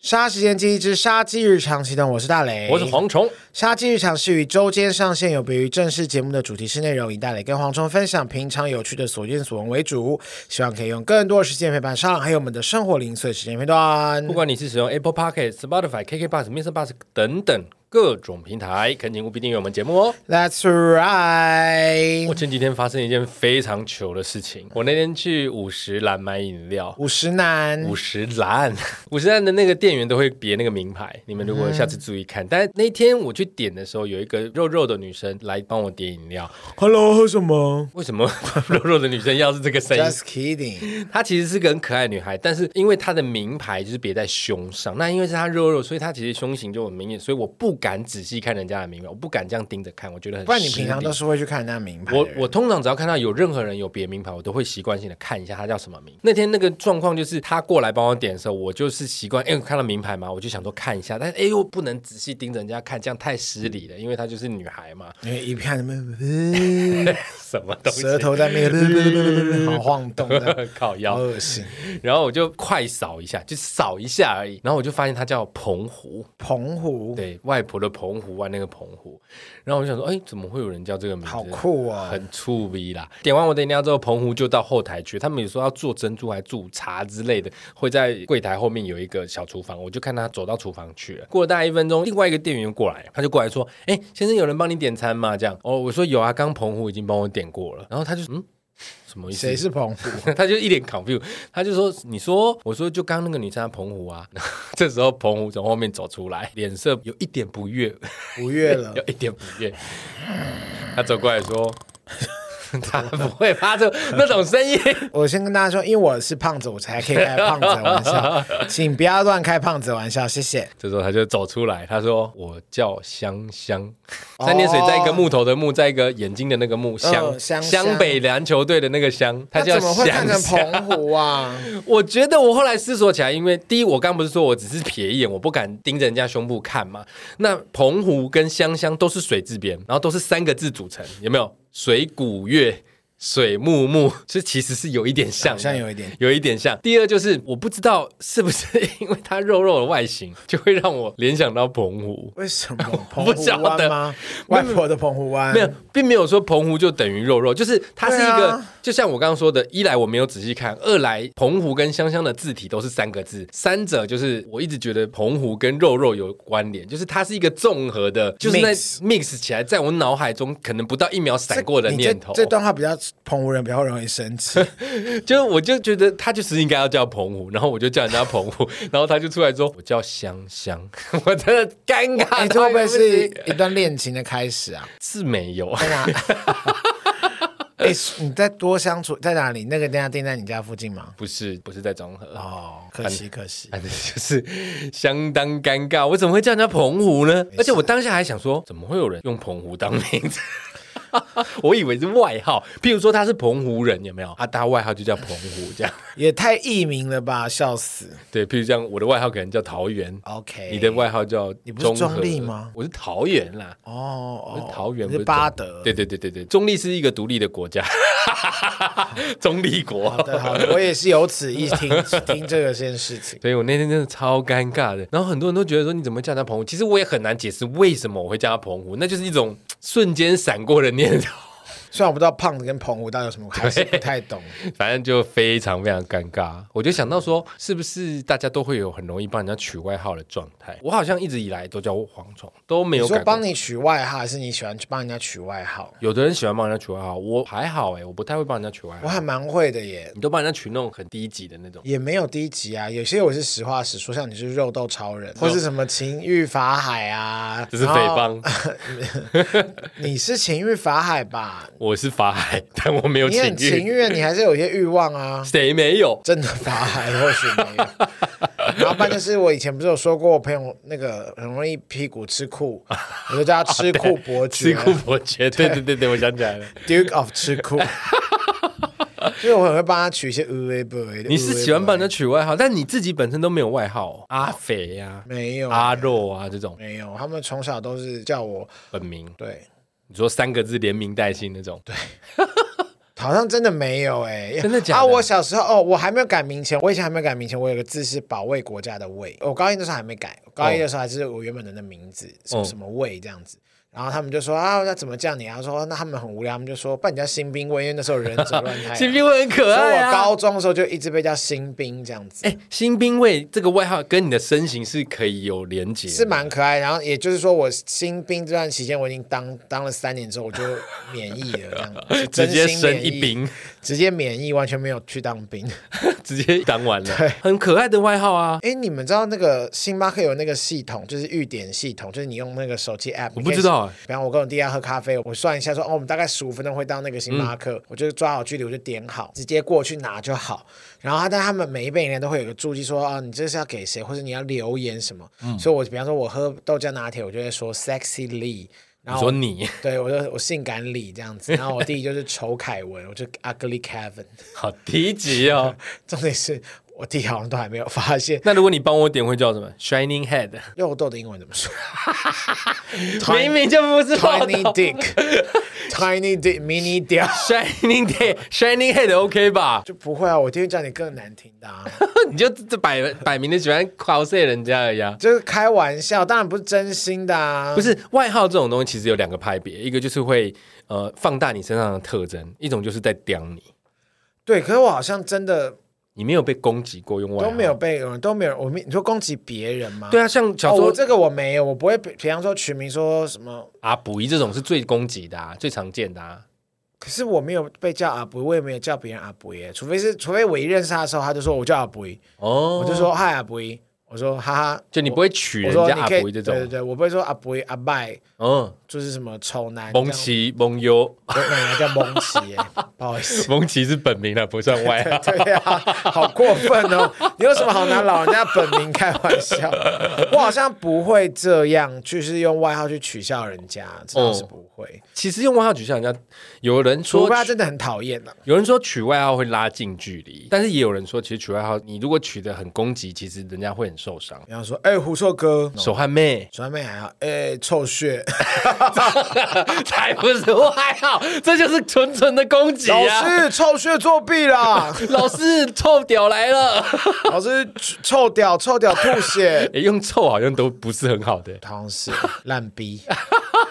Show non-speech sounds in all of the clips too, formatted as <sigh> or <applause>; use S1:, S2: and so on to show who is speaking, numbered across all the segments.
S1: 杀时间机之杀鸡日常启动，我是大雷，
S2: 我是蝗虫，
S1: 杀鸡日常是于周间上线，有别于正式节目的主题式内容，以大磊跟蝗虫分享平常有趣的所见所闻为主，希望可以用更多的时间陪伴上，还有我们的生活零碎时间片段
S2: 不。管你是使用 Apple p o c k e t Spotify、KK Bus、Mr. Bus 等等各种平台，恳请务必订阅我们节目哦。
S1: That's right，
S2: 我前几天发生一件非常糗的事情，我那天去五十兰买饮料。
S1: 五十男，
S2: 五十兰，五十兰的那个店员都会别那个名牌，你们如果下次注意看。但是那天我去点的时候，有一个肉肉的女生来帮我点饮料。
S1: Hello，喝什么
S2: 为什么 <laughs> 肉肉的女生要是这个声音？
S1: ？Just kidding，
S2: 她其实是个很可爱的女孩，但是因为她的名牌就是别在胸上，那因为是她肉肉，所以她其实胸型就很明显，所以我不敢仔细看人家的名牌，我不敢这样盯着看，我觉得很。
S1: 不然你平常都。是会去看人家名牌的
S2: 我
S1: 人。
S2: 我通常只要看到有任何人有别名牌，我都会习惯性的看一下他叫什么名。那天那个状况就是他过来帮我点的时候，我就是习惯，哎、我看到名牌嘛，我就想说看一下，但是哎又不能仔细盯着人家看，这样太失礼了，因为她就是女孩嘛，
S1: 因为一看，
S2: <laughs>
S1: 嗯
S2: 什么东西
S1: 舌
S2: <laughs>
S1: 头嗯在那边好晃动的，
S2: 靠腰
S1: 好。恶心。
S2: 然后我就快扫一下，就扫一下而已。然后我就发现它叫澎湖，
S1: 澎湖，
S2: 对，外婆的澎湖湾那个澎湖。然后我就想说，哎，怎么会有人叫这个名字？
S1: 好酷哦
S2: 很粗逼啦。点完我的饮料之后，澎湖就到后台去。他们有说要做珍珠还煮茶之类的，会在柜台后面有一个小厨房。我就看他走到厨房去了。过了大概一分钟，另外一个店员又过来，他就过来说：“哎，先生，有人帮你点餐吗？”这样，哦，我说有啊，刚澎湖已经帮我点过了。然后他就嗯。什么意思
S1: 谁？是澎湖？
S2: <laughs> 他就一脸 confuse，他就说：“你说，我说就刚那个女生在澎湖啊。” <laughs> 这时候澎湖从后面走出来，脸色有一点不悦， <laughs>
S1: 不悦了
S2: 有。一点不悦。他走过来说：“ <laughs> 他不会发出那种声音。 <laughs>
S1: 我先跟大家说，因为我是胖子，我才可以开胖子的玩
S2: <laughs>
S1: 笑，请不要乱开胖子的玩笑，谢谢”。
S2: 这时候他就走出来，他说：“我叫香香，
S1: 哦嗯
S2: 三点水在一个木头的木，在一个眼睛的那个木，香
S1: 香
S2: 湘北篮球队的那个香，他
S1: 他
S2: 叫
S1: 怎么会
S2: 香
S1: 看成
S2: 香。”
S1: 澎湖啊？
S2: 我觉得我后来思索起来，因为第一，我刚不是说我只是瞥一眼，我不敢盯着人家胸部看嘛。那澎湖跟香香都是水字边，然后都是三个字组成，有没有？水古月。水木木，这其实是有一点像的，
S1: 好像啊有一点
S2: 有一点像。第二就是我不知道是不是因为它肉肉的外形，就会让我联想到澎湖。
S1: 为什么
S2: <laughs>
S1: 澎
S2: 不
S1: 湖
S2: 晓
S1: 湾
S2: 得
S1: 吗？外婆的澎湖湾
S2: 没有，并没有说澎湖就等于肉肉，就是它是一
S1: 对
S2: 个，
S1: 啊
S2: 就像我刚刚说的，一来我没有仔细看，二来澎湖跟香香的字体都是三个字，三者就是我一直觉得澎湖跟肉肉有关联，就是它是一一个综合的，就是在
S1: Mix
S2: mix 起来，在我脑海中可能不到一秒闪过的
S1: 你
S2: 念头，
S1: 这这段话比较澎湖人比较容易生
S2: <laughs>
S1: 气，
S2: 就是我就觉得他就是应该要叫澎湖，然后我就叫人家澎湖， <laughs> 然后他就出来说我叫香香， <laughs> 我真的尴尬
S1: 哎
S2: 到 <laughs> 一个不行，
S1: 这会不会是一段恋情的开始啊？
S2: 是没有？
S1: 在哪？
S2: <laughs>
S1: 哎，你再多相处在哪里？那个店家定在你家附近吗？
S2: 不是，不是在中和。
S1: 哦，可惜可惜，
S2: 反正哎 <laughs> 就是相当尴尬，我怎么会叫人家澎湖呢？而且我当下还想说，怎么会有人用澎湖当名字？ <laughs> 我以为是外号，譬如说他是澎湖人，有没有？啊，他外号就叫澎
S1: <laughs>
S2: 湖这样。
S1: 也太艺名了吧，笑死。
S2: 对，譬如这样，我的外号可能叫桃园
S1: OK，
S2: 你的外号叫
S1: 哦哎你不是
S2: 中
S1: 中立吗
S2: 和我是桃园啦，我
S1: 哦
S2: 是
S1: 哦，
S2: 桃园，
S1: 你
S2: 不
S1: 是
S2: 中
S1: 巴德，
S2: 对对对对对，中立是一个独立的国家， <laughs> 中立国。
S1: 好的，好的，我也是有此一听 <laughs> 听这个件事情。
S2: 所以我那天真的超尴尬的。然后很多人都觉得说你怎么叫他澎湖？其实我也很难解释为什么我会叫他澎湖，那就是一种嘖瞬间闪过的念头， <laughs>
S1: 虽然我不知道胖子跟澎湖到底有什么，我还是不太懂。
S2: 反正就非常非常尴尬。我就想到说，是不是大家都会有很容易帮人家取外号的状态？我好像一直以来都叫蝗虫，都没
S1: 你
S2: 有
S1: 说
S2: 改过
S1: 帮。你取外号，还是你喜欢去帮人家取外号？
S2: 有的人喜欢帮人家取外号，我还好哎、我不太会帮人家取外
S1: 我
S2: 号。
S1: 还蛮会的耶，
S2: 你都帮人家取那种很低级的那种，
S1: 也没有低级啊。有些我是实话实说，像你是肉豆超人，或是什么情欲法海啊，
S2: 这是诽。谤。
S1: 你是情欲法海吧？
S2: 我是法海，但我没有
S1: 你
S2: 情
S1: 很情
S2: 欲，
S1: 欲，你还是有一些欲望啊。
S2: 谁没有？
S1: 真的法海或许没
S2: <laughs>
S1: 有。然后半就是我以前不是有说过，我朋友那个很容易屁股吃库，我就叫他
S2: <laughs>
S1: 吃库伯爵
S2: 啊吃库伯爵，对对对对，我想起来了。
S1: ，Duke of 吃库。所以我很会帮他取一些呃喂不喂的。
S2: 你是喜欢帮
S1: 帮
S2: 人家取外号，但你自己本身都没有外号哦、 <laughs> 阿肥呀、
S1: 没有
S2: 阿肉啊这种
S1: 没有，他们从小都是叫我
S2: 本名。
S1: 对
S2: 你说三个字连名带姓那种，对，
S1: 好像真的没有哎、
S2: 真的假的
S1: 啊，我小时候哦，我还没有改名前，我以前还没有改名前，我有个字是保卫国家的卫，我高一的时候还没改，我高一的时候还是我原本的那名字，什么
S2: 哦
S1: 什么卫这样子。然后他们就说啊，那怎么叫你啊？我说那他们很无聊，他们就说把你叫新兵卫，因为那时候人走乱开。
S2: <laughs> 新兵会很可
S1: 所以
S2: 爱啊。
S1: 我高中的时候就一直被叫新兵这样子。
S2: 哎，新兵卫这个外号跟你的身形是可以有连结的，
S1: 是蛮可爱。然后也就是说，我新兵这段期间，我已经当当了三年之后，我就免疫了，这样
S2: <laughs>
S1: 就
S2: 直
S1: 真
S2: 接
S1: 心
S2: 升
S1: 免
S2: 一
S1: 疫，
S2: 兵， <laughs>
S1: 直接免疫，完全没有去当兵。
S2: 直接当完了，很可爱的外号啊。
S1: 哎，你们知道那个星巴克有那个系统，就是预点系统，就是你用那个手机 app，你
S2: 我不
S1: 可以
S2: 知。道哎，
S1: 比方我跟我弟要喝咖啡，我算一下说，哦，我们大概十五分钟会到那个星巴
S2: 嗯
S1: 克，我就抓好距离，我就点好，直接过去拿就好。然后他但他们每一杯饮料都会有个注记说，啊，你这是要给谁，或者你要留言什么。
S2: 嗯
S1: 所以我比方说我喝豆浆拿铁，我就会说 sexy Lee，然
S2: 你
S1: 后
S2: 说你 <laughs>
S1: 对我就我性感李这样子，然后我弟就是丑凯文，我就 ugly Kevin。
S2: 好低级哦。
S1: 重点是我弟好像都还没有发现
S2: 那如果你帮我点会叫什么？Shining Head，
S1: 肉豆的英文怎么说
S2: 明明
S1: <laughs>
S2: 就不是报道
S1: ？Tiny
S2: <laughs>
S1: dick，tiny dick mini 屌
S2: Shining Head，Shining Head OK 吧？
S1: 就不会啊，我弟会叫你更难听的、啊， <laughs>
S2: <laughs> 你就这摆摆明的喜欢 cos 人家而已啊。
S1: 就是开玩笑，当然不是真心的啊。
S2: 不是外号这种东西，其实有两个派别，一个就是会呃放大你身上的特征，一种就是在刁你。
S1: 对，可是我好像真的
S2: 你没有被攻击过用外号
S1: 都没有被有人都没有人，我没你说攻击别人吗？
S2: 对啊，像小
S1: 哦，
S2: 时候、
S1: 我这个我没有，我不会比比方说取名说什么。
S2: 啊，补一这种是最攻击的、啊，最常见的、啊。
S1: 可是我没有被叫阿伯，我也没有叫别人阿伯耶，除非是除非我一认识他的时候，他就说我叫阿伯，
S2: 哦，
S1: 我就说嗨阿伯，我说哈哈，
S2: 就你不会取
S1: 我
S2: 人
S1: 说
S2: 家
S1: 你
S2: 阿
S1: 可以
S2: 补一这
S1: 对对
S2: 种，
S1: 对，我不会说阿伯阿拜，
S2: 嗯，
S1: 就是什么丑男，
S2: 蒙
S1: 这样
S2: 奇蒙优， <laughs>
S1: <laughs> 我奶奶叫蒙奇耶，不好意思。
S2: 蒙奇是本名了，不算外
S1: <laughs>
S2: 号。
S1: 对呀、好过分哦！你有什么好拿老人家本名开玩
S2: <laughs>
S1: 笑？我好像不会这样，就是用外号去取笑人家，真的是
S2: 哦
S1: 不会。
S2: 其实用外号取笑人家，有人
S1: 除
S2: 说
S1: 非他真的很讨厌了、啊
S2: 有人说取外号会拉近距离，但是也有人说，其实取外号你如果取得很攻击，其实人家会很受伤。
S1: 比方说，哎、狐臭哥，
S2: 手
S1: <laughs>
S2: 汗妹
S1: 传妹还好，哎、臭血，
S2: 哎才不是外号，这就是纯纯的攻击
S1: 老
S2: 啊！
S1: 师臭血作弊
S2: <laughs>
S1: 啦！
S2: 老师，臭屌来了！ <laughs>
S1: 老师臭屌，臭屌吐血，
S2: 诶用臭好像都不是很好的，
S1: 好像是烂逼、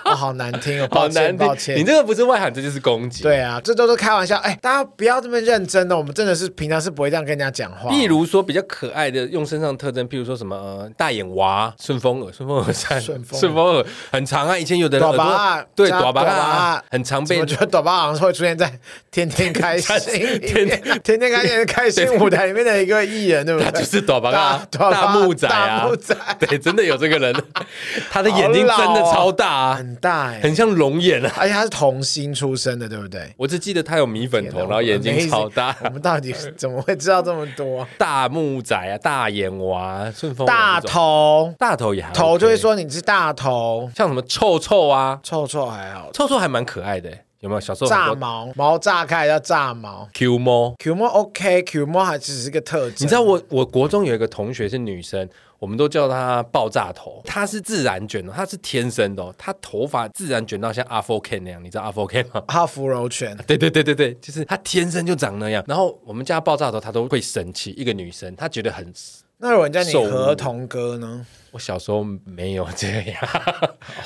S1: 哦，好难听哦，
S2: <laughs> 好
S1: 抱
S2: 难
S1: 歉，
S2: 听
S1: 抱
S2: 你
S1: 歉。
S2: 这个不是外喊，这就是攻击。，
S1: 对啊，这都是开玩笑，哎、大家不要这么认真的，我们真的是平常是不会这样跟人家讲话。
S2: 譬如说比较可爱的，用身上特征，譬如说什么、呃、大眼娃、顺风耳、顺风耳扇、
S1: 顺风耳
S2: 顺风耳很长啊。以前有的人耳
S1: 短拔
S2: 朵
S1: 啊
S2: 对
S1: 叫
S2: 短拔
S1: 短拔
S2: 啊
S1: 啊，
S2: 很常被
S1: 我觉得短发好像是会出现在《天天开心》里面，《天天开心》的开心舞台里面的一个艺人，对不
S2: 他
S1: 对？
S2: <laughs> 就是短发啊，
S1: 大短发
S2: 大木仔啊，
S1: 大木仔
S2: 对，真的有这
S1: <laughs>
S2: 个人，他的眼睛真的超大啊，
S1: 很大哎、
S2: 很像龙眼啊。
S1: 而且他是童星出身的，对不对？
S2: 我只记得他有米粉头，然后眼睛
S1: Amazing
S2: 超大，
S1: 我们到底怎么会知道这么多？
S2: 大木仔啊，大眼娃，啊顺风耳
S1: 大
S2: 这种
S1: 头
S2: 大头也还 OK
S1: 头就会说你是大头，
S2: 像什么臭臭啊，
S1: 臭臭还好，
S2: 臭臭还蛮可爱的欸，有没有？小时候
S1: 炸
S2: 很多
S1: 毛毛炸开叫炸毛
S2: Q 猫，
S1: ，Q 猫 OK，Q 猫还只是个特征。
S2: 你知道我我国中有一个同学是女生，我们都叫她爆炸头，她是自然卷的，她是天生的哦，她头发自然卷到像阿 f o Ken 那样，你知道阿 f o Ken 吗？
S1: 哈弗柔拳，
S2: 对对对对对，就是她天生就长那样。然后我们家爆炸头，她都会生气。一个女生，她觉得很，
S1: 那如果人家你
S2: 受辱
S1: 合同哥呢？
S2: 我小时候没有这样，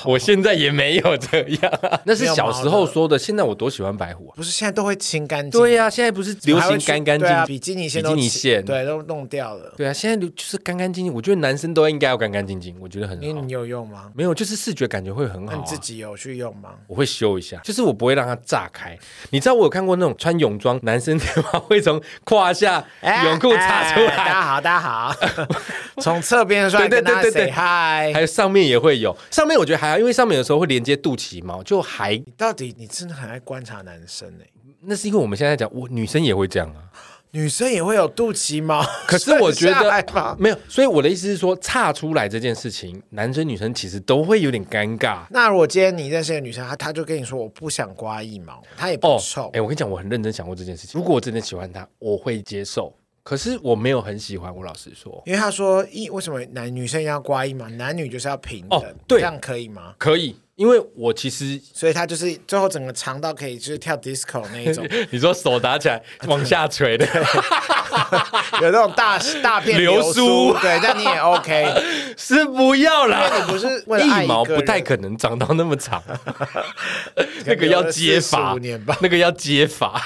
S2: 我现
S1: 哦
S2: 在也没有这
S1: <laughs>
S2: 样。那是小时候说的，现在我多喜欢白虎啊！
S1: 不是现在都会清干净，
S2: 对呀、啊现在不是流
S1: 还会
S2: 行
S1: 去
S2: 干干净
S1: 对啊
S2: 净，
S1: 比基尼线
S2: 比
S1: 都
S2: 基尼
S1: 起
S2: 线，
S1: 对都弄掉了。
S2: 对啊，现在流就是干干净净。我觉得男生都应该要干干净净，我觉得很
S1: 你
S2: 好。
S1: 你有用吗？
S2: 没有，就是视觉感觉会很
S1: 那
S2: 好、
S1: 你
S2: 啊
S1: 自。己有去用吗？
S2: 我会修一下，就是我不会让它炸开。你知道我有看过那种穿泳装男生的话，会从胯下
S1: 哎
S2: 泳裤插出
S1: 哎大
S2: 来，
S1: 家好，大家好，
S2: <laughs>
S1: 从侧边出来
S2: 对对
S1: 跟大家
S2: 对对
S1: say
S2: 对
S1: hi
S2: 还。有上面也会有，上面我觉得还好，因为上面有时候会连接肚脐毛，就还
S1: 你到底你真的很爱观察男生呢、
S2: 那是因为我们现在讲，我女生也会这样啊。
S1: 女生也会有肚脐毛，
S2: 可是我
S1: <laughs>
S2: 觉
S1: 剩下来
S2: 得
S1: 嘛
S2: 没有，所以我的意思是说，岔出来这件事情，男生女生其实都会有点尴尬。
S1: 那如果今天你认识一个女生，她她就跟你说我不想刮腋毛，她也不
S2: 哦，
S1: 臭，
S2: 哎、我跟你讲，我很认真想过这件事情。如果我真的喜欢他，我会接受。可是我没有很喜欢，我老实说，
S1: 因为她说一为什么男女生要刮腋毛，男女就是要平等，
S2: 哦对
S1: 这样可以吗？
S2: 可以，因为我其实
S1: 所以他就是最后整个长到可以就是跳 disco 那
S2: <laughs>
S1: 一种，
S2: 你说手打起来往下垂
S1: <laughs>
S2: 的，
S1: 有那种大大片
S2: 流
S1: 流
S2: 苏
S1: 对，那你也 OK。
S2: 是不要啦。
S1: 你不是为了爱
S2: 一
S1: 一
S2: 毛
S1: 个
S2: 不太
S1: 人
S2: 可能长到那么
S1: <laughs>
S2: 长，那个要接发
S1: 45年吧，
S2: 那个要接发。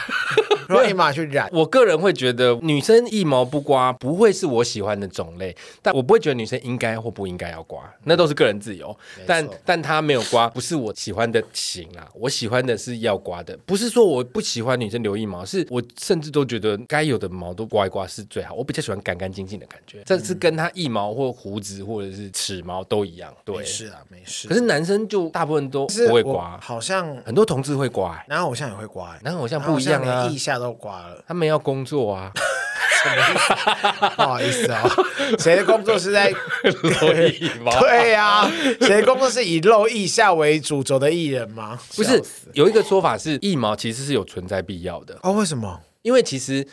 S1: 如果一码去染，
S2: 我个人会觉得女生一毛不刮不会是我喜欢的种类，但我不会觉得女生应该或不应该要刮，那都是个人自由。但但她没有刮，不是我喜欢的型啊，我喜欢的是要刮的，不是说我不喜欢女生留一毛，是我甚至都觉得该有的毛都刮一刮是最好，我比较喜欢干干净净的感觉，这是跟她一毛或胡子或者是齿毛都一样。对
S1: 没，事啊，没事。
S2: 可是男生就大部分都
S1: 是
S2: 不会
S1: 我
S2: 刮，
S1: 好像
S2: 很多同志会刮、欸，
S1: 男偶像也会刮、欸，
S2: 男偶像不一样
S1: 男
S2: 啊，
S1: 偶像连腋下都刮了
S2: 他们要工作啊。
S1: 不好意思哦。 <laughs> 谁的工作是
S2: <laughs>
S1: 在？
S2: 所以毛
S1: 对呀、谁的工作是以露腋下为主轴的艺人吗？
S2: 不是有一个说法是腋毛其实是有存在必要的，
S1: 哦，为什么？
S2: 因为其实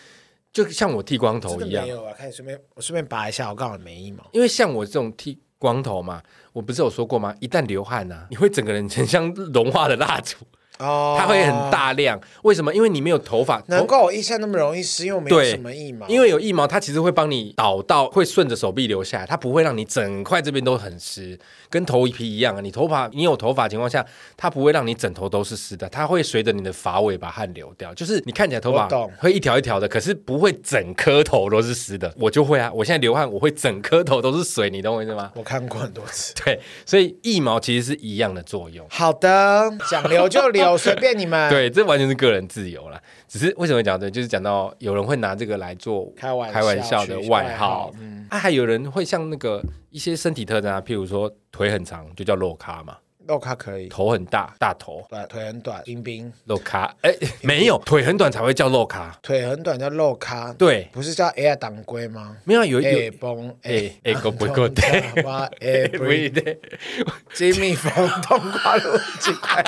S2: 就像我剃光头
S1: 真的
S2: 一样
S1: 没，有啊，看你顺便我顺便拔一下，我刚好没腋毛。
S2: 因为像我这种剃光头嘛，我不是有说过吗？一旦流汗啊，你会整个人很像融化的蜡烛，
S1: 哦
S2: 它会很。大量。为什么？因为你没有头发，
S1: 难
S2: 头
S1: 怪我腋下那么容易湿，因为我没有
S2: 对
S1: 什么腋毛。
S2: 因为有腋毛，它其实会帮你导到，会顺着手臂流下来，它不会让你整块这边都很湿，跟头皮一样啊。你头发，你有头发的情况下，它不会让你整头都是湿的，它会随着你的发尾把汗流掉。就是你看起来头发
S1: 我懂
S2: 会一条一条的，可是不会整颗头都是湿的。我就会啊，我现在流汗，我会整颗头都是水，你懂我意思吗？
S1: 我看过很多次。
S2: 对，所以腋毛其实是一样的作用。
S1: 好
S2: <laughs>
S1: 的，想留就留，随便你们。，
S2: 对，这完全是个人自由啦。只是为什么会讲这个，就是讲到有人会拿这个来做
S1: 开玩笑
S2: 开玩笑的
S1: 取
S2: 外
S1: 外
S2: 号
S1: 号，嗯
S2: 啊，还有人会像那个一些身体特征啊，譬如说腿很长就叫肉咖嘛，
S1: 露卡可以，
S2: 头很大大头
S1: 短腿很短，冰冰，
S2: 肉咖，哎， <laughs> 没有腿很短才会叫肉咖，
S1: 腿很短叫露卡，
S2: 对，
S1: 不是叫 Air 挡龟吗？
S2: 没有有有。
S1: 哎
S2: <laughs>
S1: 崩哎
S2: 哎够不
S1: <laughs>
S2: 够的
S1: 哇哎
S2: <laughs>
S1: 不
S2: 对对，
S1: 吉米风痛快路几块，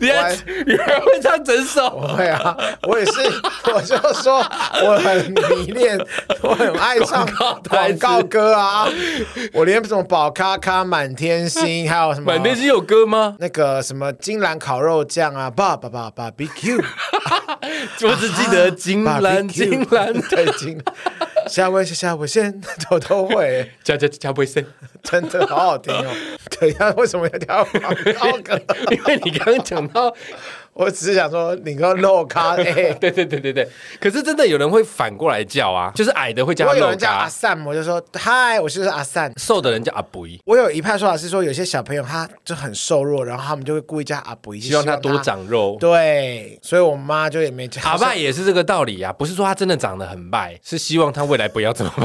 S2: 你还你还会唱整首
S1: 我会啊，我
S2: <laughs>
S1: 也是，我就说我很迷恋， <laughs> 我很爱唱
S2: 广告
S1: 广
S2: 台词
S1: 告歌啊，我连什么宝咖咖满天星，还有什么
S2: 满天星有歌吗？
S1: 那个什么金兰烤肉酱啊，爸爸爸爸 B Q，
S2: 我只记
S1: 啊
S2: 得
S1: <laughs>
S2: 金兰金兰
S1: 对金，夏威夷夏威夷我 <laughs> 都会，
S2: 加加加倍声，
S1: 真的好好听哦。 <laughs> 等一下为什么要跳广告歌？ <laughs>
S2: 因为你刚刚讲到
S1: 我只是想说你个肉
S2: <laughs>
S1: 咖哎。
S2: 对对对对对，可是真的有人会反过来叫啊，就是矮的会叫
S1: 如
S2: 他
S1: 果有
S2: 肉
S1: 人叫阿
S2: 咖，
S1: 散，我就说嗨，我就是阿散。
S2: 瘦的人叫阿布，
S1: 我有一派说法是说，有些小朋友他就很瘦弱，然后他们就会故意叫阿布，
S2: 希望他多。长肉。
S1: 对，所以我妈就也没叫
S2: 阿拜也是这个道理啊，不是说他真的长得很拜，是希望他未来不要这么拜。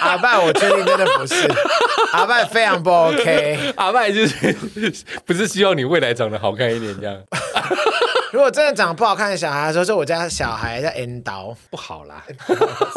S1: 阿拜，我确定真的不是阿拜，非常不 OK。 <laughs>
S2: 阿拜就是不是希望你未来长得好看一点这样，
S1: 如果真的长得不好看的小孩，说是我家小孩叫 N 刀，
S2: 不好啦，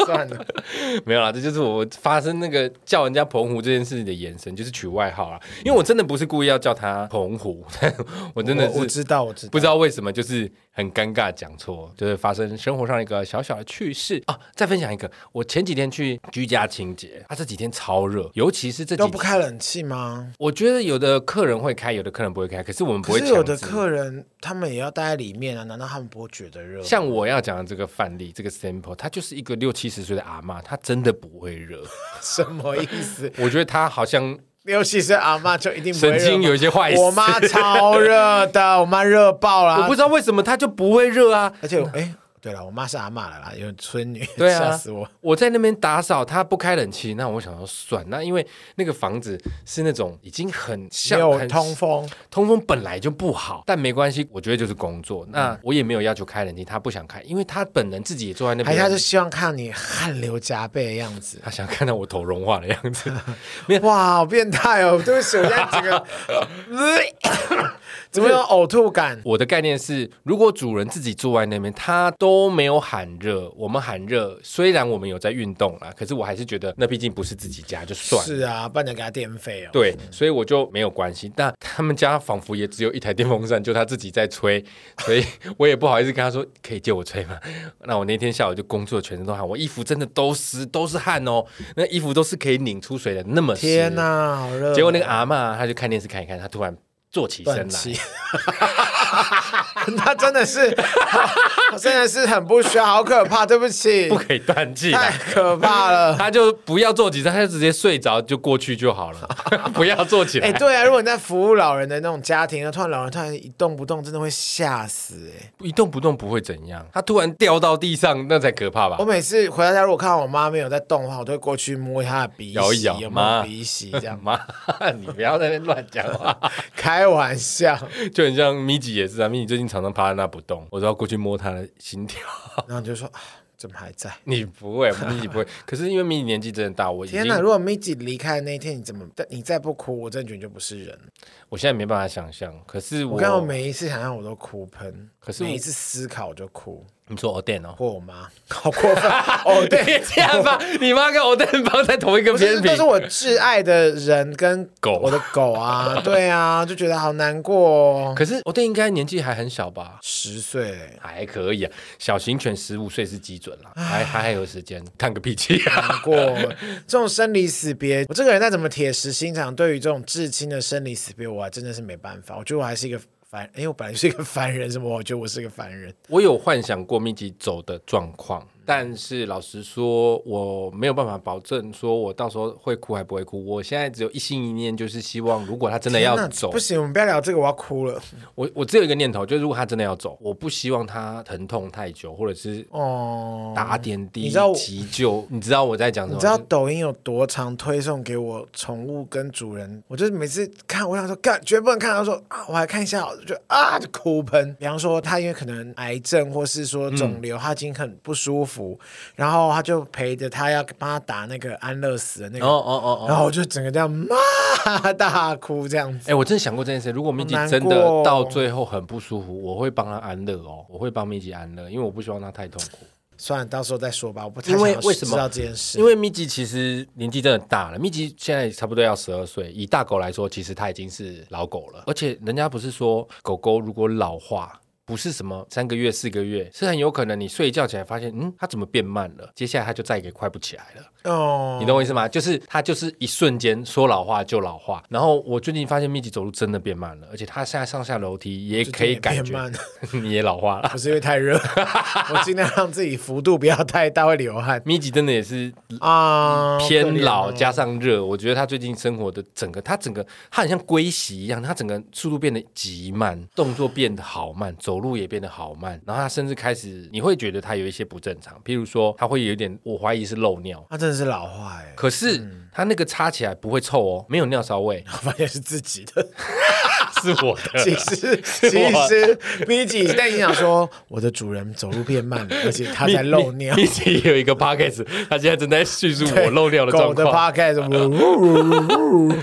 S1: 算了，
S2: <laughs> 没有啦，这就是我发生那个叫人家澎湖这件事情的延伸，就是取外号啦。因为我真的不是故意要叫他澎湖， <laughs> 我 <laughs> 真的
S1: 我我
S2: 是
S1: 知道，我知道
S2: 不。知道为什么，就是很尴尬讲错，就是发生生活上一个小小的趣事啊。再分享一个，我前几天去居家清洁，啊，这几天超热，尤其是这
S1: 都
S2: 几
S1: 不
S2: 天，
S1: 开冷气吗？
S2: 我觉得有的客人会开，有的客人不会开，可是我们不
S1: 可
S2: 会
S1: 是有的
S2: 强制
S1: 客人他们也要待在里面啊，难道他们不会觉得热？
S2: 像我要讲的这个范例，这个 sample，她就是一个六七十岁的阿嬷，她真的不
S1: <laughs>
S2: 会热。
S1: <laughs> 什么意思？
S2: 我觉得她好像
S1: 尤其是阿妈就一定不会
S2: 神
S1: 热
S2: 经
S1: 吗
S2: 有一些坏死。
S1: 我妈超热的，我妈热爆
S2: <laughs> 我
S1: 啦
S2: 不。知道为什么她就不会热啊。
S1: 而且我，哎、对了，我妈是阿嬷了啦，有孙女，
S2: 对啊
S1: 吓死我。
S2: 我在那边打扫，她不开冷气，那我想说算，那因为那个房子是那种已经很
S1: 没
S2: 像
S1: 有
S2: 很
S1: 通风，
S2: 通风本来就不好，但没关系，我觉得就是工作。那
S1: 嗯
S2: 我也没有要求开冷气，他不想开，因为他本人自己也坐在那
S1: 还
S2: 边，
S1: 是她就希望看你汗流浃背的样子。
S2: 他想看到我头融化的样子。没有， <laughs> <laughs>
S1: 哇，好变态哦！对不起，我现在整个，怎么有呕吐感？
S2: 我的概念是，如果主人自己坐在那边，他都没有喊热，我们喊热，虽然我们有在运动啦，可是我还是觉得那毕竟不是自己家，就算了。
S1: 是啊，不然你给他电费哦。
S2: 对，所以我就没有关系。但他们家仿佛也只有一台电风扇，就他自己在吹， <laughs> 所以我也不好意思跟他说可以借我吹吗？ <laughs> 那我那天下午就工作全身都汗，我衣服真的都湿，都是汗哦，那衣服都是可以拧出水的，那么湿。
S1: 天哪、好热哦！
S2: 结果那个阿嬷她就看电视看一看，她突然坐起身
S1: 断
S2: 来，
S1: 气。 <laughs> 他真的是，他真的是很不需要，好可怕！对不起，
S2: 不可以断气啦。
S1: 太可怕了。
S2: 他就不要坐起身，他就直接睡着就过去就好了， <laughs> 不要坐起来。
S1: 哎、对啊，如果你在服务老人的那种家庭，突然老人突然一动不动，真的会吓死哎、
S2: 一动不动不会怎样，他突然掉到地上那才可怕吧
S1: 我？每次回到家，如果看到我妈没有在动的话，我都会过去摸她的鼻息，
S2: 摇一摇
S1: 有没
S2: 妈
S1: 有鼻息这样。
S2: <laughs> 妈，你不要在那边乱讲话，
S1: 开玩笑，
S2: 就很像米吉也是啊，米吉最近常常趴在那不动，我都要过去摸他的心跳。 <laughs>
S1: 然后你就说、啊、怎么还在？
S2: 你不会，米吉不会，可是因为米吉年纪真的大，我已经
S1: 天哪！如果 Miji 离开的那一天，你怎么你再不哭，我真的觉得你就不是人了。
S2: 我现在没办法想象。可是我，
S1: 我看到每一次想象我都哭喷，
S2: 可是我
S1: 每一次思考我就哭。
S2: 你说欧电哦， <laughs>
S1: 或我妈，好过分哦！对，
S2: 别这样吧， <laughs> 你妈跟欧电放在同一个
S1: 不是，都
S2: 片品
S1: 是。我挚爱的人跟
S2: 狗
S1: 我的狗
S2: <laughs>
S1: 啊，对啊，就觉得好难过哦。
S2: 可是欧电应该年纪还很小吧？
S1: 十岁，
S2: 还可以啊，小型犬十五岁是基准啦，还还还有时间叹个屁气啊。
S1: 难
S2: <laughs>
S1: 过这种生离死别，我这个人再怎么铁石心肠，对于这种至亲的生离死别，我还真的是没办法。我觉得我还是一个凡，因为我本来就是一个凡人，什么？我觉得我是个凡人。
S2: 我有幻想过密集走的状况，但是老实说，我没有办法保证说我到时候会哭还不会哭。我现在只有一心一念，就是希望如果他真的要
S1: 天哪
S2: 走
S1: 不，行，我们不要聊这个，我要哭了。
S2: 我我只有一个念头，就是如果他真的要走，我不希望他疼痛太久，或者是
S1: 哦，
S2: 打点滴、
S1: 你知道我
S2: 急救。你知道我在讲什么？
S1: 你知道抖音有多常推送给我宠物跟主人？我就是每次看，我想说干，绝不能看。他说啊，我来看一下，我就啊就哭喷。比方说他因为可能癌症或是说肿
S2: 嗯
S1: 瘤，他已经很不舒服，然后他就陪着他要帮他打那个安乐死的那个，
S2: 哦哦哦哦。
S1: 然后我就整个这样骂大哭这样子。
S2: 哎、我真的想过这件事。如果米吉
S1: 好难
S2: 真
S1: 过
S2: 的
S1: 哦
S2: 到最后很不舒服，我会帮他安乐哦，我会帮米吉安乐，因为我不希望他太痛苦。
S1: 算了，到时候再说吧，我不太
S2: 因为
S1: 想要
S2: 为什么
S1: 知道这件事？
S2: 因为米吉其实年纪真的大了，米吉现在差不多要十二岁。以大狗来说，其实它已经是老狗了。而且人家不是说狗狗如果老化，不是什么三个月、四个月，是很有可能你睡一觉起来发现，嗯，它怎么变慢了？接下来它就再也快不起来了。
S1: 哦，
S2: 你懂我意思吗？就是它就是一瞬间说老化就老化。然后我最近发现米吉走路真的变慢了，而且它现在上下楼梯也
S1: 最近
S2: 可以
S1: 也
S2: 感
S1: 变
S2: 觉
S1: 慢 <laughs>
S2: <laughs> 你也老化了。
S1: 不是因为太热， <laughs> 我尽量让自己幅度不要太大，会流汗
S2: 米吉真的也是
S1: 啊。好可
S2: 偏
S1: 怜
S2: 老
S1: 哦
S2: 加上热，我觉得他最近生活的整个，他整个他很像龟息一样，他整个速度变得极慢，动作变得好慢，走路也变得好慢，然后他甚至开始，你会觉得他有一些不正常，譬如说他会有一点，我怀疑是漏尿，
S1: 他真的是老化哎、，
S2: 可是他那个擦起来不会臭哦，没有尿骚味
S1: <laughs> <laughs> 发现是自己的。
S2: <laughs> 是我的。 <laughs>
S1: 其实其实 m i g i 但你想说，我的主人走路变慢了，而且他在漏尿。
S2: 一起有一个 podcast，他现在正在叙述我漏尿的状
S1: 狗的
S2: 况。
S1: podcast，呜呜呜呜呜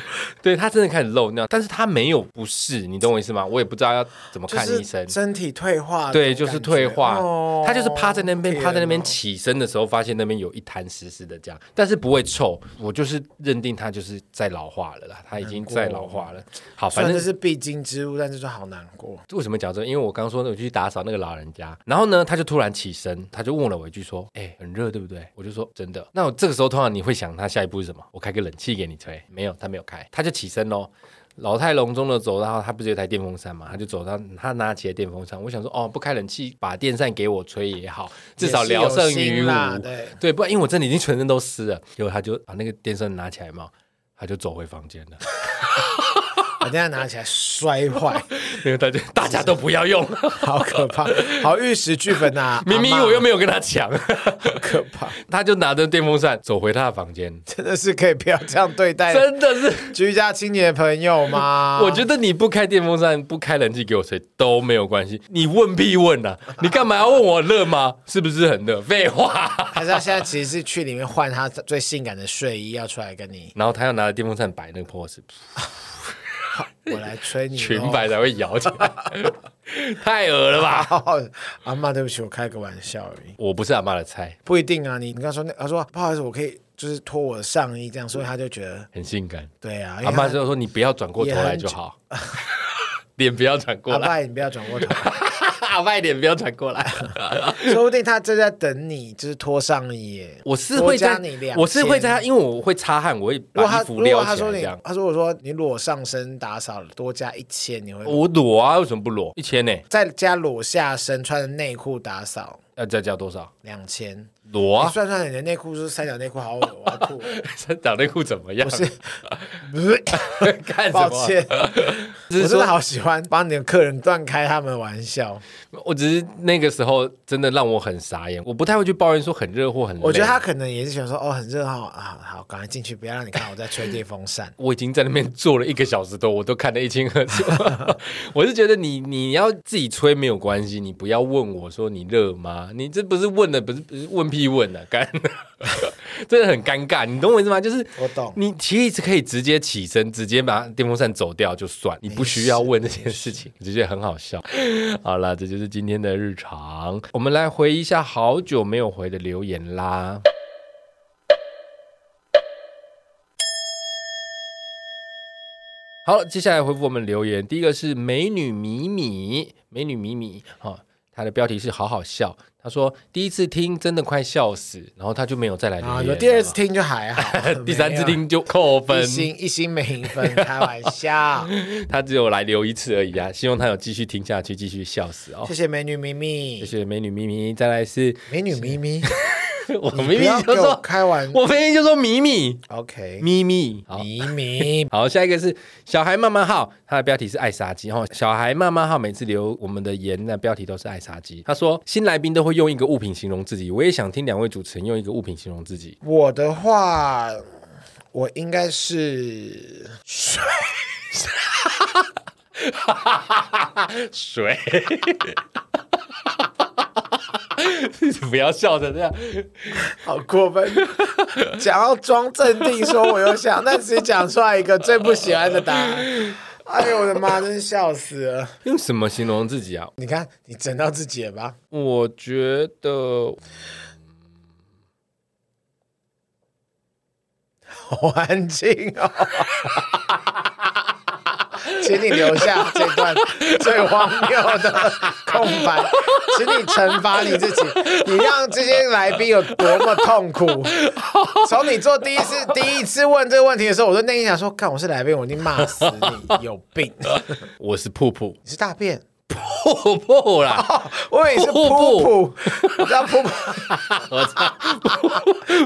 S2: 对他真的开始漏尿，但是他没有不适，你懂我意思吗？我也不知道要怎么
S1: 就
S2: 看
S1: 是
S2: 医生。
S1: 身体退化的感觉，
S2: 对，就是退化。
S1: 哦
S2: 他就是趴在那边，
S1: 天
S2: 趴在那边
S1: 哪
S2: 起身的时候，发现那边有一滩湿湿的这样，但是不会臭。我就是认定他就是在老化了啦，他已经在老化了。好，
S1: 哦虽
S2: 反
S1: 然
S2: 正
S1: 这是必经之路，但是就好难过。
S2: 为什么讲这个因为我刚说我去打扫那个老人家，然后呢，他就突然起身，他就问了我一句说：“哎、很热对不对？”我就说：“真的。”那我这个时候通常你会想他下一步是什么？我开个冷气给你吹，没有，他没有开，他就起身喽。老态龙钟的走到，他不是有一台电风扇嘛？他就走到，他拿起了电风扇。我想说，哦，不开冷气，把电扇给我吹也好，至少聊胜
S1: 也是有
S2: 于
S1: 心啦
S2: 无。
S1: 对，
S2: 对，不然因为我真的已经全身都湿了，结果他就把那个电扇拿起来嘛，他就走回房间了，
S1: 我等一下拿起来摔坏，
S2: 因为他就大家都不要用，
S1: 好可
S2: <laughs>
S1: 怕，好玉石俱焚呐！
S2: 明明
S1: 阿嬷
S2: 我又没有跟他抢，
S1: 可怕，
S2: 他就拿着电风扇走回他的
S1: <laughs>
S2: 房间，
S1: 真的是可以不要这样对待
S2: 真的是，
S1: 居家清洁的朋友吗？
S2: <laughs> 我觉得你不开电风扇、不开冷气给我吹都没有关系，你问必
S1: <laughs>
S2: 问呐、啊，你干嘛要问我热吗？是不是很热？废话。 <laughs>
S1: 还是他现在其实是去里面换他最性感的睡衣，要出来跟你
S2: 然后他要拿着电风扇摆那个 pose，
S1: 我来吹你
S2: 裙
S1: 咯 <laughs>
S2: 摆才会摇起来，太恶了吧！
S1: 哦阿妈，对不起，我开个玩笑而已，
S2: 我不是阿妈的菜，
S1: 不一定啊。你你刚说那，他说不好意思，我可以就是脱我的上衣这样，所以他就觉得
S2: 很性感。
S1: 对啊，因
S2: 阿
S1: 为他
S2: 妈就说：“你不要转过头来就好， <laughs> 脸不要转过
S1: 阿
S2: 来，
S1: 爸，你不要转过头，
S2: <laughs> 阿妈脸不要
S1: <laughs>
S2: 转过来。
S1: 说不定他正在等你，就是脱上衣耶”。
S2: 我是会
S1: 多
S2: 在
S1: 加你两，千
S2: 我是会在，因为我会擦汗，我会
S1: 如果
S2: 把
S1: 他
S2: 衣
S1: 如
S2: 服
S1: 果
S2: 撩
S1: 他
S2: 起
S1: 说
S2: 来这 <laughs>
S1: 你
S2: 样，。
S1: 他说我说你裸上身打扫了多加一千，你会
S2: 我裸啊，为什么不裸？一千呢？
S1: 在家裸下身穿着内裤打扫
S2: 要再加多少？
S1: 两千，
S2: 裸
S1: 你
S2: 啊，
S1: 算算你的内裤是三角内裤，好恶我要
S2: <laughs>
S1: 吐了。
S2: 长内裤怎么样？
S1: 不
S2: <laughs>
S1: 是
S2: 看什
S1: 抱
S2: 么？啊
S1: 歉，
S2: <laughs>
S1: 我
S2: 只是
S1: 真
S2: 说
S1: 的好喜欢帮你的客人断开他们的玩笑。
S2: 我只是那个时候真的让我很傻眼，我不太会去抱怨说很热或很累。
S1: 我觉得他可能也是想说，哦，很热哈，啊，好，赶快进去，不要让你看我在吹电风
S2: <laughs>。
S1: 扇
S2: 我已经在那边坐了一个小时多，我都看得一清
S1: <laughs>
S2: 二楚。我是觉得你你要自己吹没有关系，你不要问我说你热吗？你这不是问的，不是不是问屁问的、干， <laughs> 真的很尴尬。你懂我意思吗？就是
S1: 我懂
S2: 你其实可以直接起身，直接把电风扇走掉就算，你不需要问这件
S1: <laughs>
S2: 事情，我就觉得很好笑。好了，这就是今天的日常，我们来回一下好久没有回的留言啦。好，接下来回复我们留言。第一个是美女米米，美女米米，哈、哦，她的标题是“好好笑”。她说第一次听真的快笑死，然后她就没有再来留
S1: 啊，
S2: 言
S1: 有
S2: 了。
S1: 第二次听就还
S2: <laughs>
S1: 好
S2: 哦，第三次听就扣
S1: 没有
S2: 分
S1: 一，星一星没分，开玩
S2: <laughs>
S1: 笑。
S2: 她只有来留一次而已啊！希望她有继续听下去，继续笑死哦
S1: 谢。谢美女咪
S2: 谢
S1: 咪，
S2: 谢美女咪咪，再
S1: <laughs>
S2: 来是，
S1: 美女咪
S2: <laughs>
S1: 咪，
S2: 我
S1: 你
S2: 明
S1: 不要
S2: 明
S1: 给
S2: 就
S1: 我
S2: 说，
S1: 开玩
S2: 我明明就说米米
S1: OK，
S2: 咪咪，好，
S1: 咪咪，
S2: 好，下一个是小孩妈妈号，它的标题是爱杀鸡哈。小孩妈妈号每次留我们的言那标题都是爱杀鸡。他说新来宾都会用一个物品形容自己，我也想听两位主持人用一个物品形容自己。
S1: 我的话，我应该是
S2: 水， <laughs> 不要笑成这样。
S1: 好过分，想要装镇定说我有想，但只讲出来一个最不喜欢的答案。哎呦我的妈，真是笑死了！
S2: 用什么形容自己啊？
S1: 你看，你整到自己了吧？
S2: 我觉得
S1: 好安静哦。请你留下这段最荒谬的空白，请你惩罚你自己，你让这些来宾有多么痛苦。从你做第一次第一次问这个问题的时候，我就内心想说，看我是来宾，我一定骂死你，有病！
S2: 我是瀑布，
S1: 你是大便，
S2: 瀑布 <laughs> 啦，
S1: <laughs> 我以为你是
S2: 瀑
S1: 噗噗，
S2: 布
S1: 你知道噗噗，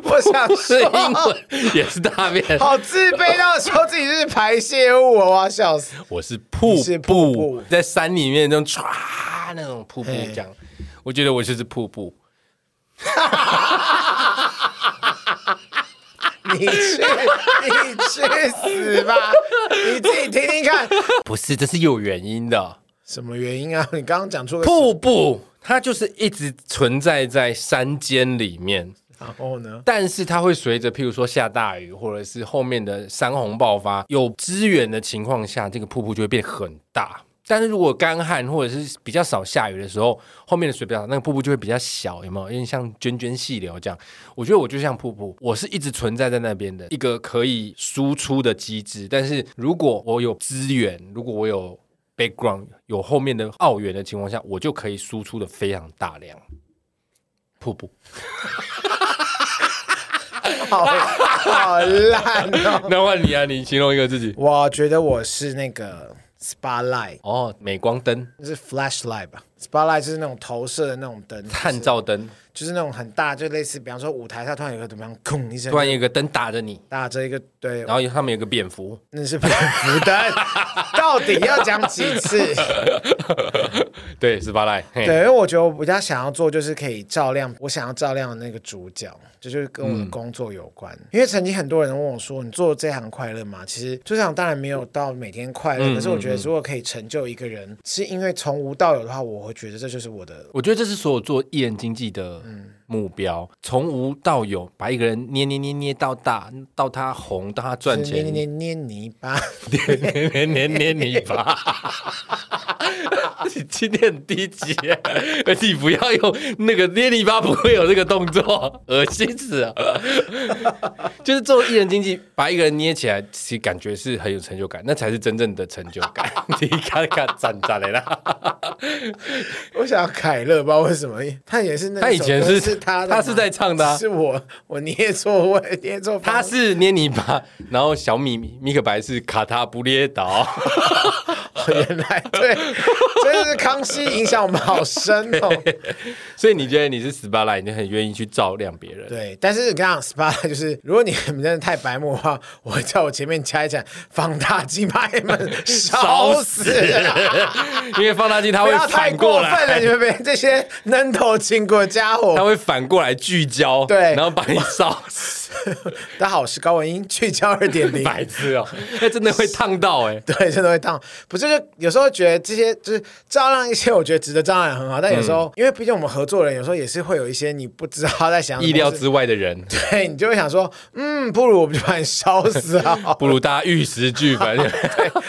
S1: 我想
S2: 是
S1: 说
S2: 英文，也是大便。
S1: 好自卑到说自己是排泄物，我要笑死。
S2: 我是瀑布，
S1: 你是瀑布
S2: 在山里面那种唰那种瀑布这样，我觉得我就是瀑布。
S1: <laughs> 你去，你去死吧！你自己听听看，
S2: 不是，这是有原因的。
S1: 什么原因啊？你刚刚讲出个
S2: 瀑布它就是一直存在在山间里面，
S1: 然后呢？
S2: 但是它会随着譬如说下大雨，或者是后面的山洪爆发有资源的情况下，这个瀑布就会变很大。但是如果干旱或者是比较少下雨的时候，后面的水比较少，那个瀑布就会比较小，有没有？有点像涓涓细流这样。我觉得我就像瀑布，我是一直存在在那边的一个可以输出的机制。但是如果我有资源，如果我有 background，有后面的澳元的情况下，我就可以输出的非常大量。瀑布。
S1: 好，好烂哦！
S2: 那换你啊，你形容一个自己。
S1: 我觉得我是那个 spotlight，
S2: 哦，镁光灯、
S1: 就是 flashlight 吧。spotlight 就是那种投射的那种灯，
S2: 探照灯，
S1: 就是那种很大，就类似，比方说舞台上突然有个怎么样，空一声
S2: 突，然有一个灯打着你，
S1: 打着一个对，
S2: 然后上面有个
S1: <laughs>
S2: 蝙蝠。
S1: 那是蝙蝠灯，
S2: <laughs>
S1: 到底要讲几次？
S2: 对，十八赖。嘿
S1: 对，因为我觉得我比较想要做就是可以照亮我想要照亮的那个主角，这就是跟我的工作有关。
S2: 嗯
S1: 因为曾经很多人问我说：“你做这行快乐吗？”其实做这行当然没有到每天快
S2: 嗯
S1: 乐，可是我觉得如果可以成就一个人，是因为从无到有的话，我会觉得这就是我的。
S2: 我觉得这是所有做艺人经济的目标，从无到有，把一个人捏捏捏捏到大，到他红，到他赚
S1: 呃捏
S2: 钱，
S1: 捏捏捏泥巴， <laughs>
S2: 捏捏捏捏泥巴。 <laughs> 你今天很低级 <laughs> 耶，而且你不要用那个捏泥巴，不会有这个动作， <laughs> 恶心死了。 <laughs> 就是做艺人经济，把一个人捏起来，其实感觉是很有成就感，那才是真正的成就感。你看看赞赞的啦，
S1: 我想要凯乐，不知道为什么，他也是那首歌，
S2: 他以前是
S1: 是他
S2: 他是在唱的啊
S1: 只 <laughs> 是我我捏错位，捏错方
S2: 他
S1: 向，
S2: 是捏泥巴，然后小米米可白是卡塔布列岛。 <laughs>
S1: 原来对，真的是康熙影响我们好深哦。
S2: 所以你觉得你是 SPA 啦，你就很愿意去照亮别人。
S1: 对，但是我跟你讲，SPA 就是，如果你们真的太白目的话，我会在我前面加一盏放大镜，把你们烧死。啊
S2: <laughs> 因为放大镜它
S1: 不
S2: 会
S1: 要太
S2: 反过
S1: 过分了，
S2: 来，
S1: 你们别这些愣头青骨的家
S2: 它
S1: 伙。
S2: 会反过来聚焦，
S1: 对
S2: 然后把你烧死，
S1: <laughs> 大家好，我是高文英，聚焦二点
S2: <laughs>
S1: 零。
S2: 白
S1: <laughs>
S2: 痴哦，那真的会烫到哎、
S1: 对，真的会烫。不是，就有时候觉得这些就是照亮一些，我觉得值得照亮很好。但有时候，因为毕竟我们合作人，有时候也是会有一些你不知道他在想什么
S2: 意料
S1: 事
S2: 之外的人，
S1: 对，你就会想说，嗯，不如我们就把你烧死好了。
S2: <laughs> 不如大家玉石俱
S1: <laughs>
S2: 焚。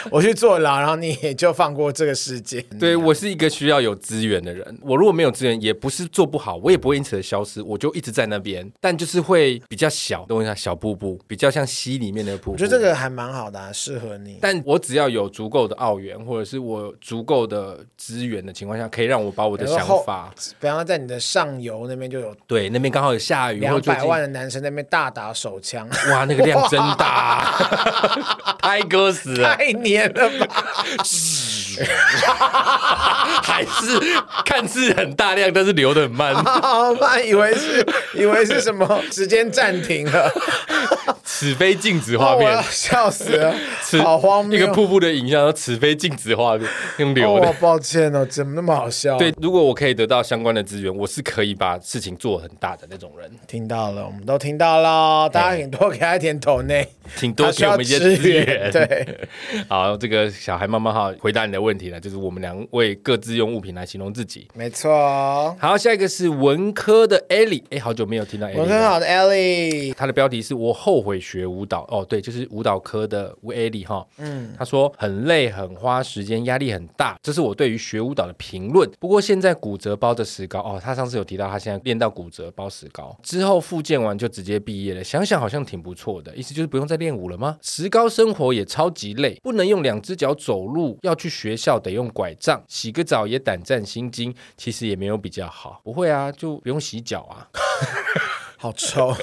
S1: 我去坐牢，然后你也就放过这个世界。
S2: 对我是一个需要有资源的人，我如果没有资源，也不是做不好，我也不会因此而消失，我就一直在那边，但就是会比较小，懂我一下，小瀑布，比较像溪里面的瀑布。
S1: 我觉得这个还蛮好的、啊，适合你。
S2: 但我只要有足够的澳元，或者是我有足够的资源的情况下，可以让我把我的想
S1: 然后
S2: 法，
S1: 比方说在你的上游那边就有
S2: 对那边刚好有下雨，或
S1: 两
S2: 者最
S1: 百
S2: 近
S1: 万的男生在那边大打手枪，
S2: 哇，那个量真大， <laughs> 太哥死了，
S1: 太黏了吧？
S2: 还是看似很大量，但是流的很慢，
S1: 好吧，以为是以为是什么时间暂停了，
S2: 此非静止 <laughs> 画
S1: 我
S2: 面
S1: 要，笑死
S2: <laughs>
S1: 了
S2: 此，
S1: 好荒谬。
S2: 一个瀑布的影像，此非静止画面，用流的
S1: 哦，。抱歉哦，怎么那么好笑？
S2: 对，，如果我可以得到相关的资源，我是可以把事情做很大的那种人，
S1: 听到了，我们都听到了，大家请多给他一点头内，
S2: 请多
S1: 他需
S2: 给我
S1: 要
S2: 们一些
S1: 支
S2: 资源。
S1: 援
S2: <laughs>
S1: 对，
S2: 好，这个小孩妈妈哈，回答你的问题了，就是我们两位各自用物品来形容自己。
S1: 没错 <laughs> 哦。
S2: 好，下一个是文科的 Ellie，哎，好久没有听到 Ellie
S1: 我很
S2: 了。
S1: 好的 Ellie，
S2: 他的标题是我后悔学舞蹈哦，对，就是舞蹈科的吴 A 里哈，嗯，他说很累，很花时间，压力很大，这是我对于学舞蹈的评论。不过现在骨折包的石膏哦，他上次有提到他现在练到骨折包石膏之后复健完就直接毕业了，想想好像挺不错的，意思就是不用再练舞了吗？石膏生活也超级累，不能用两只脚走路，要去学校得用拐杖，洗个澡也胆战心惊，其实也没有比较好，不会啊，就不用洗脚啊。
S1: 好臭，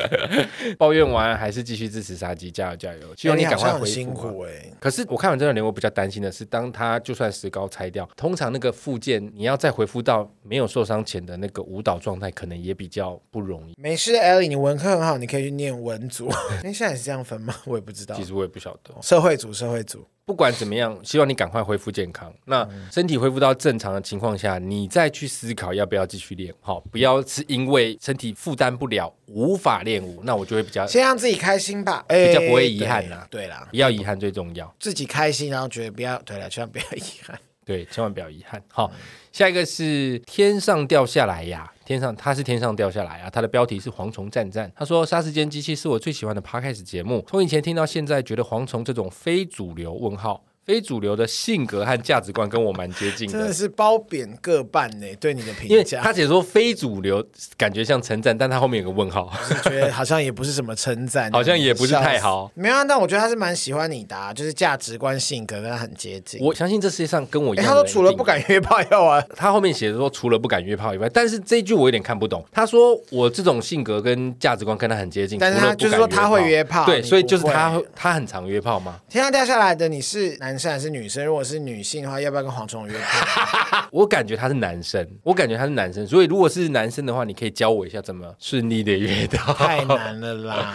S2: 抱怨完还是继续支持杀鸡，加油加油！ <laughs> 希望你
S1: 哎你好
S2: 赶快
S1: 像
S2: 回啊
S1: 很辛苦哎、
S2: 可是我看完这段留言，我比较担心的是，当他就算石膏拆掉，通常那个附件你要再恢复到没有受伤前的那个舞蹈状态，可能也比较不容易。
S1: 没事，Ellie，你文科很好，你可以去念文组。那现在也是这样分吗？ <laughs> 我也不知道
S2: 其。实我也不晓得，
S1: 社会组，社会组，
S2: 不管怎么样，希望你赶快恢复健康。那
S1: 嗯
S2: 身体恢复到正常的情况下，你再去思考要不要继续练。好，
S1: 嗯
S2: 不要是因为身体负担不了无法练舞，那我就会比较
S1: 先让自己开心吧，哎
S2: 呃比较不会遗憾啊啦
S1: 对对啦，
S2: 不要遗憾最重要。
S1: 自己开心，然后觉得不要，对了，千万不要遗憾。
S2: <laughs> 对，千万不要遗憾。好，
S1: 嗯
S2: 下一个是天上掉下来呀，天上它是天上掉下来啊，它的标题是蝗虫战战。他说《杀时间机器》是我最喜欢的 podcast 节目，从以前听到现在，觉得蝗虫这种非主流问号。非主流的性格和价值观跟我蛮接近
S1: 真的
S2: 的，
S1: 是褒贬各半呢，对你的
S2: 因为
S1: 评价，
S2: 他写说非主流，感觉像称赞，但他后面有个问号。
S1: 就是 <laughs> 觉得好像也不是什么称赞，
S2: <laughs> 好像也不是太好
S1: 笑死。没有、啊，但我觉得他是蛮喜欢你的、啊，就是价值观、性格跟他很接近。
S2: 我相信这世界上跟我一
S1: 哎，
S2: 样
S1: 他
S2: 的人
S1: 说
S2: 一
S1: 除
S2: 定有，
S1: 了不敢约炮以后啊，
S2: 他后面写的说除了不敢约炮以外，但是这一句我有点看不懂。他说我这种性格跟价值观跟他很接近，
S1: 但是
S2: 除了
S1: 他
S2: 不敢
S1: 就是说他会约炮
S2: 对，
S1: 你
S2: 所以就是
S1: 不会
S2: 他会他很常约炮吗？
S1: 天上掉下来的你是男生还是女生？如果是女性的话，要不要跟蝗虫约
S2: <laughs>
S1: 炮？
S2: 我感觉他是男生，我感觉他是男生，所以如果是男生的话，你可以教我一下怎么顺利的
S1: <laughs>
S2: 约到。
S1: 太难了
S2: <laughs>
S1: 啦，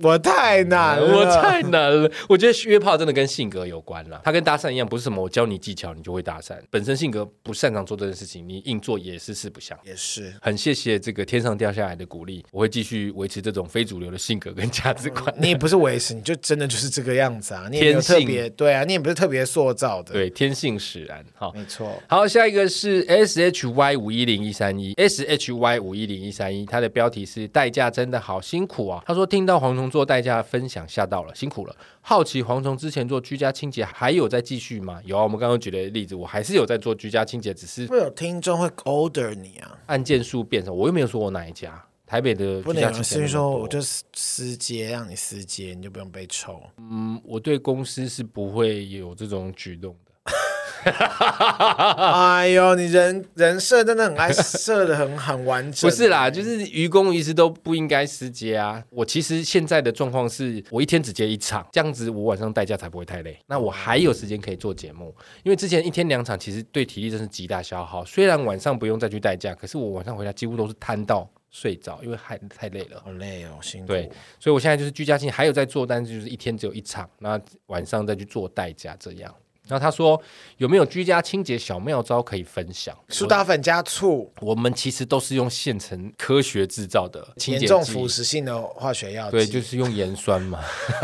S1: 我太难了，
S2: 我太难了，我觉得约炮真的跟性格有关啦。他跟搭讪一样，不是什么我教你技巧你就会搭讪，本身性格不擅长做这件事情，你硬做也是四不像。
S1: 也是。
S2: 很谢谢这个天上掉下来的鼓励，我会继续维持这种非主流的性格跟价值观。
S1: 嗯你也不是维持，你就真的就是这个样子啊！你也没有
S2: 天性
S1: 特别对啊，你也不是特特别塑造的。，
S2: 对，天性使然。好，
S1: 没错。
S2: 好，下一个是 S H Y 五一零一三一 S H Y 五一零一三一，它的标题是“代驾真的好辛苦啊”。他说听到蝗虫做代驾分享吓到了，辛苦了。好奇蝗虫之前做居家清洁还有在继续吗？有啊，我们刚刚举的例子，我还是有在做居家清洁，只是
S1: 会有听众会 order 你啊，
S2: 按件数变少，我又没有说我哪一家。台北的
S1: 不
S2: 居
S1: 能
S2: 家
S1: 有人
S2: 清洁那
S1: 私
S2: 么
S1: 说
S2: 多
S1: 我就私私接，让你私接，你就不用被抽。
S2: 嗯，我对公司是不会有这种举动的。啊
S1: 哎呦，你人人设真的很爱 <laughs> 设的很很完整。
S2: 不是啦，就是于公于私都不应该私接啊。我其实现在的状况是我一天只接一场，这样子我晚上代驾才不会太累。那我还有时间可以做节目，因为之前一天两场其实对体力真是极大消耗。虽然晚上不用再去代驾，可是我晚上回来几乎都是瘫到睡着，因为太太累了。
S1: 好累哦，辛苦。
S2: 对，所以我现在就是居家清洁还有在做，但是就是一天只有一场，那晚上再去做代驾这样。然后他说有没有居家清洁小妙招可以分享？
S1: 苏打粉加醋，
S2: 我们其实都是用现成科学制造的清
S1: 严
S2: 洁
S1: 重腐
S2: 剂。
S1: 蚀性的化学药
S2: 对，
S1: 剂。
S2: 就是用盐酸嘛。 <laughs>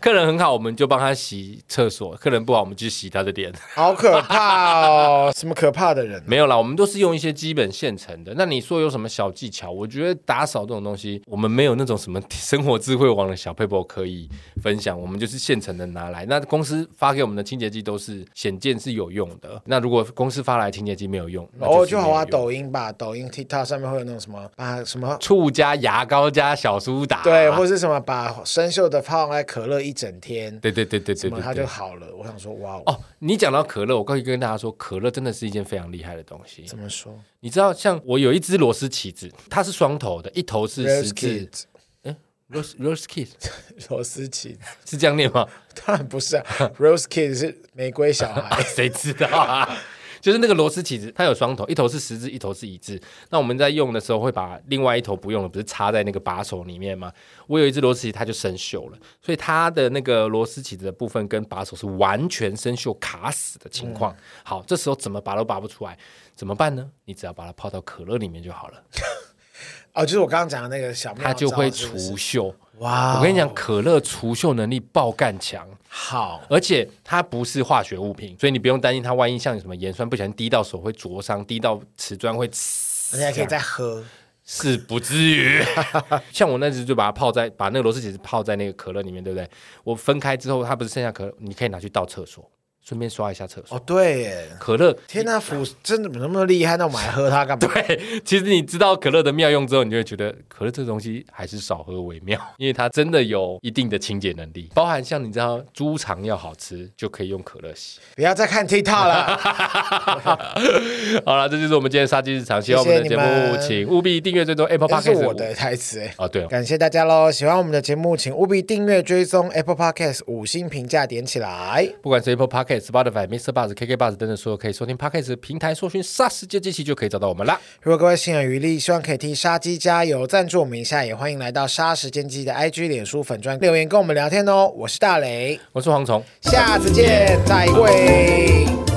S2: 客人很好，我们就帮他洗厕所；客人不好，我们就洗他的脸。
S1: 好可怕
S2: <laughs>
S1: 哦！什么可怕的人？
S2: 没有啦，我们都是用一些基本现成的。那你说有什么小技巧？我觉得打扫这种东西，我们没有那种什么 <laughs> 生活智慧网的小配博可以分享，我们就是现成的拿来。那公司发给我们的清洁剂都是显见是有用的。那如果公司发来清洁剂没有用，那
S1: 哦，
S2: 是
S1: 就
S2: 没
S1: 好
S2: 有
S1: 啊，
S2: 用啊
S1: 抖音吧，抖音 TikTok 上面会有那种什么把什么
S2: 醋加牙膏加小苏打，
S1: 对，或是什么把生锈的泡在可乐一整天，
S2: 对对对对
S1: 什
S2: 对
S1: 么
S2: 对，
S1: 它
S2: 对
S1: 就好了。我想说，哇哦，
S2: 哦，你讲到可乐，我可以跟大家说，可乐真的是一件非常厉害的东西。
S1: 怎么说
S2: 你知道，像我有一只螺丝起子，它是双头的，一头是十
S1: ？Rose
S2: 字
S1: Kids，
S2: ，rose rose kiss
S1: 罗斯奇，
S2: 是这样念吗？
S1: <laughs> 当然不
S2: <laughs>
S1: 是啊，Rose Kids 是玫瑰小孩。
S2: 谁知道啊？ <laughs> 就是那个螺丝起子，它有双头，一头是十字，一头是一字。那我们在用的时候，会把另外一头不用的，不是插在那个把手里面吗？我有一只螺丝起子，它就生锈了，所以它的那个螺丝起子的部分跟把手是完全生锈卡死的情
S1: 嗯
S2: 况。好，这时候怎么拔都拔不出来，怎么办呢？你只要把它泡到可乐里面就好了，
S1: 哦，就是我刚刚讲的那个小妙招，
S2: 它就会
S1: 是
S2: 除
S1: 不是
S2: 锈。
S1: 哇哦
S2: 我跟你讲，可乐除锈能力爆干强。
S1: 好，
S2: 而且它不是化学物品，所以你不用担心它万一像什么盐酸不小心滴到手会灼伤，滴到瓷砖会呲，
S1: 而且还可以再喝。
S2: 是不至于。像我那次就把它泡在把那个螺丝起子泡在那个可乐里面，对不对？我分开之后，它不是剩下可乐，你可以拿去倒厕所，顺便刷一下厕所。
S1: 哦，对耶，
S2: 可乐
S1: 天呐，腐真的怎么那么厉害？那我们还喝它干嘛？
S2: 对，其实你知道可乐的妙用之后，你就会觉得可乐这东西还是少喝为妙，因为它真的有一定的清洁能力，包含像你知道猪肠要好吃就可以用可乐洗。
S1: 不要再看 TikTok <laughs> 了，
S2: <laughs> 好了，这就是我们今天的杀鸡日常。喜欢我们的节目，
S1: 谢谢
S2: 请务必订阅、最终 Apple
S1: 这
S2: Podcast。
S1: 是我的台词哎。
S2: 哦，对哦，
S1: 感谢大家喽！喜欢我们的节目，请务必订阅、追踪 Apple Podcast 五星评价点起来。
S2: 不管是 Apple Podcast、Spotify、Mr. Buzz、KK Buzz 等等所有可以收听 Podcast 的平台，搜寻“杀时间机器”就可以找到我们啦。
S1: 如果各位心有余力，希望可以替杀鸡加油，赞助我们一下，也欢迎来到杀时间机的 IG、脸书粉专留言跟我们聊天哦。我是大雷，
S2: 我是蝗虫。
S1: 下次见，再会。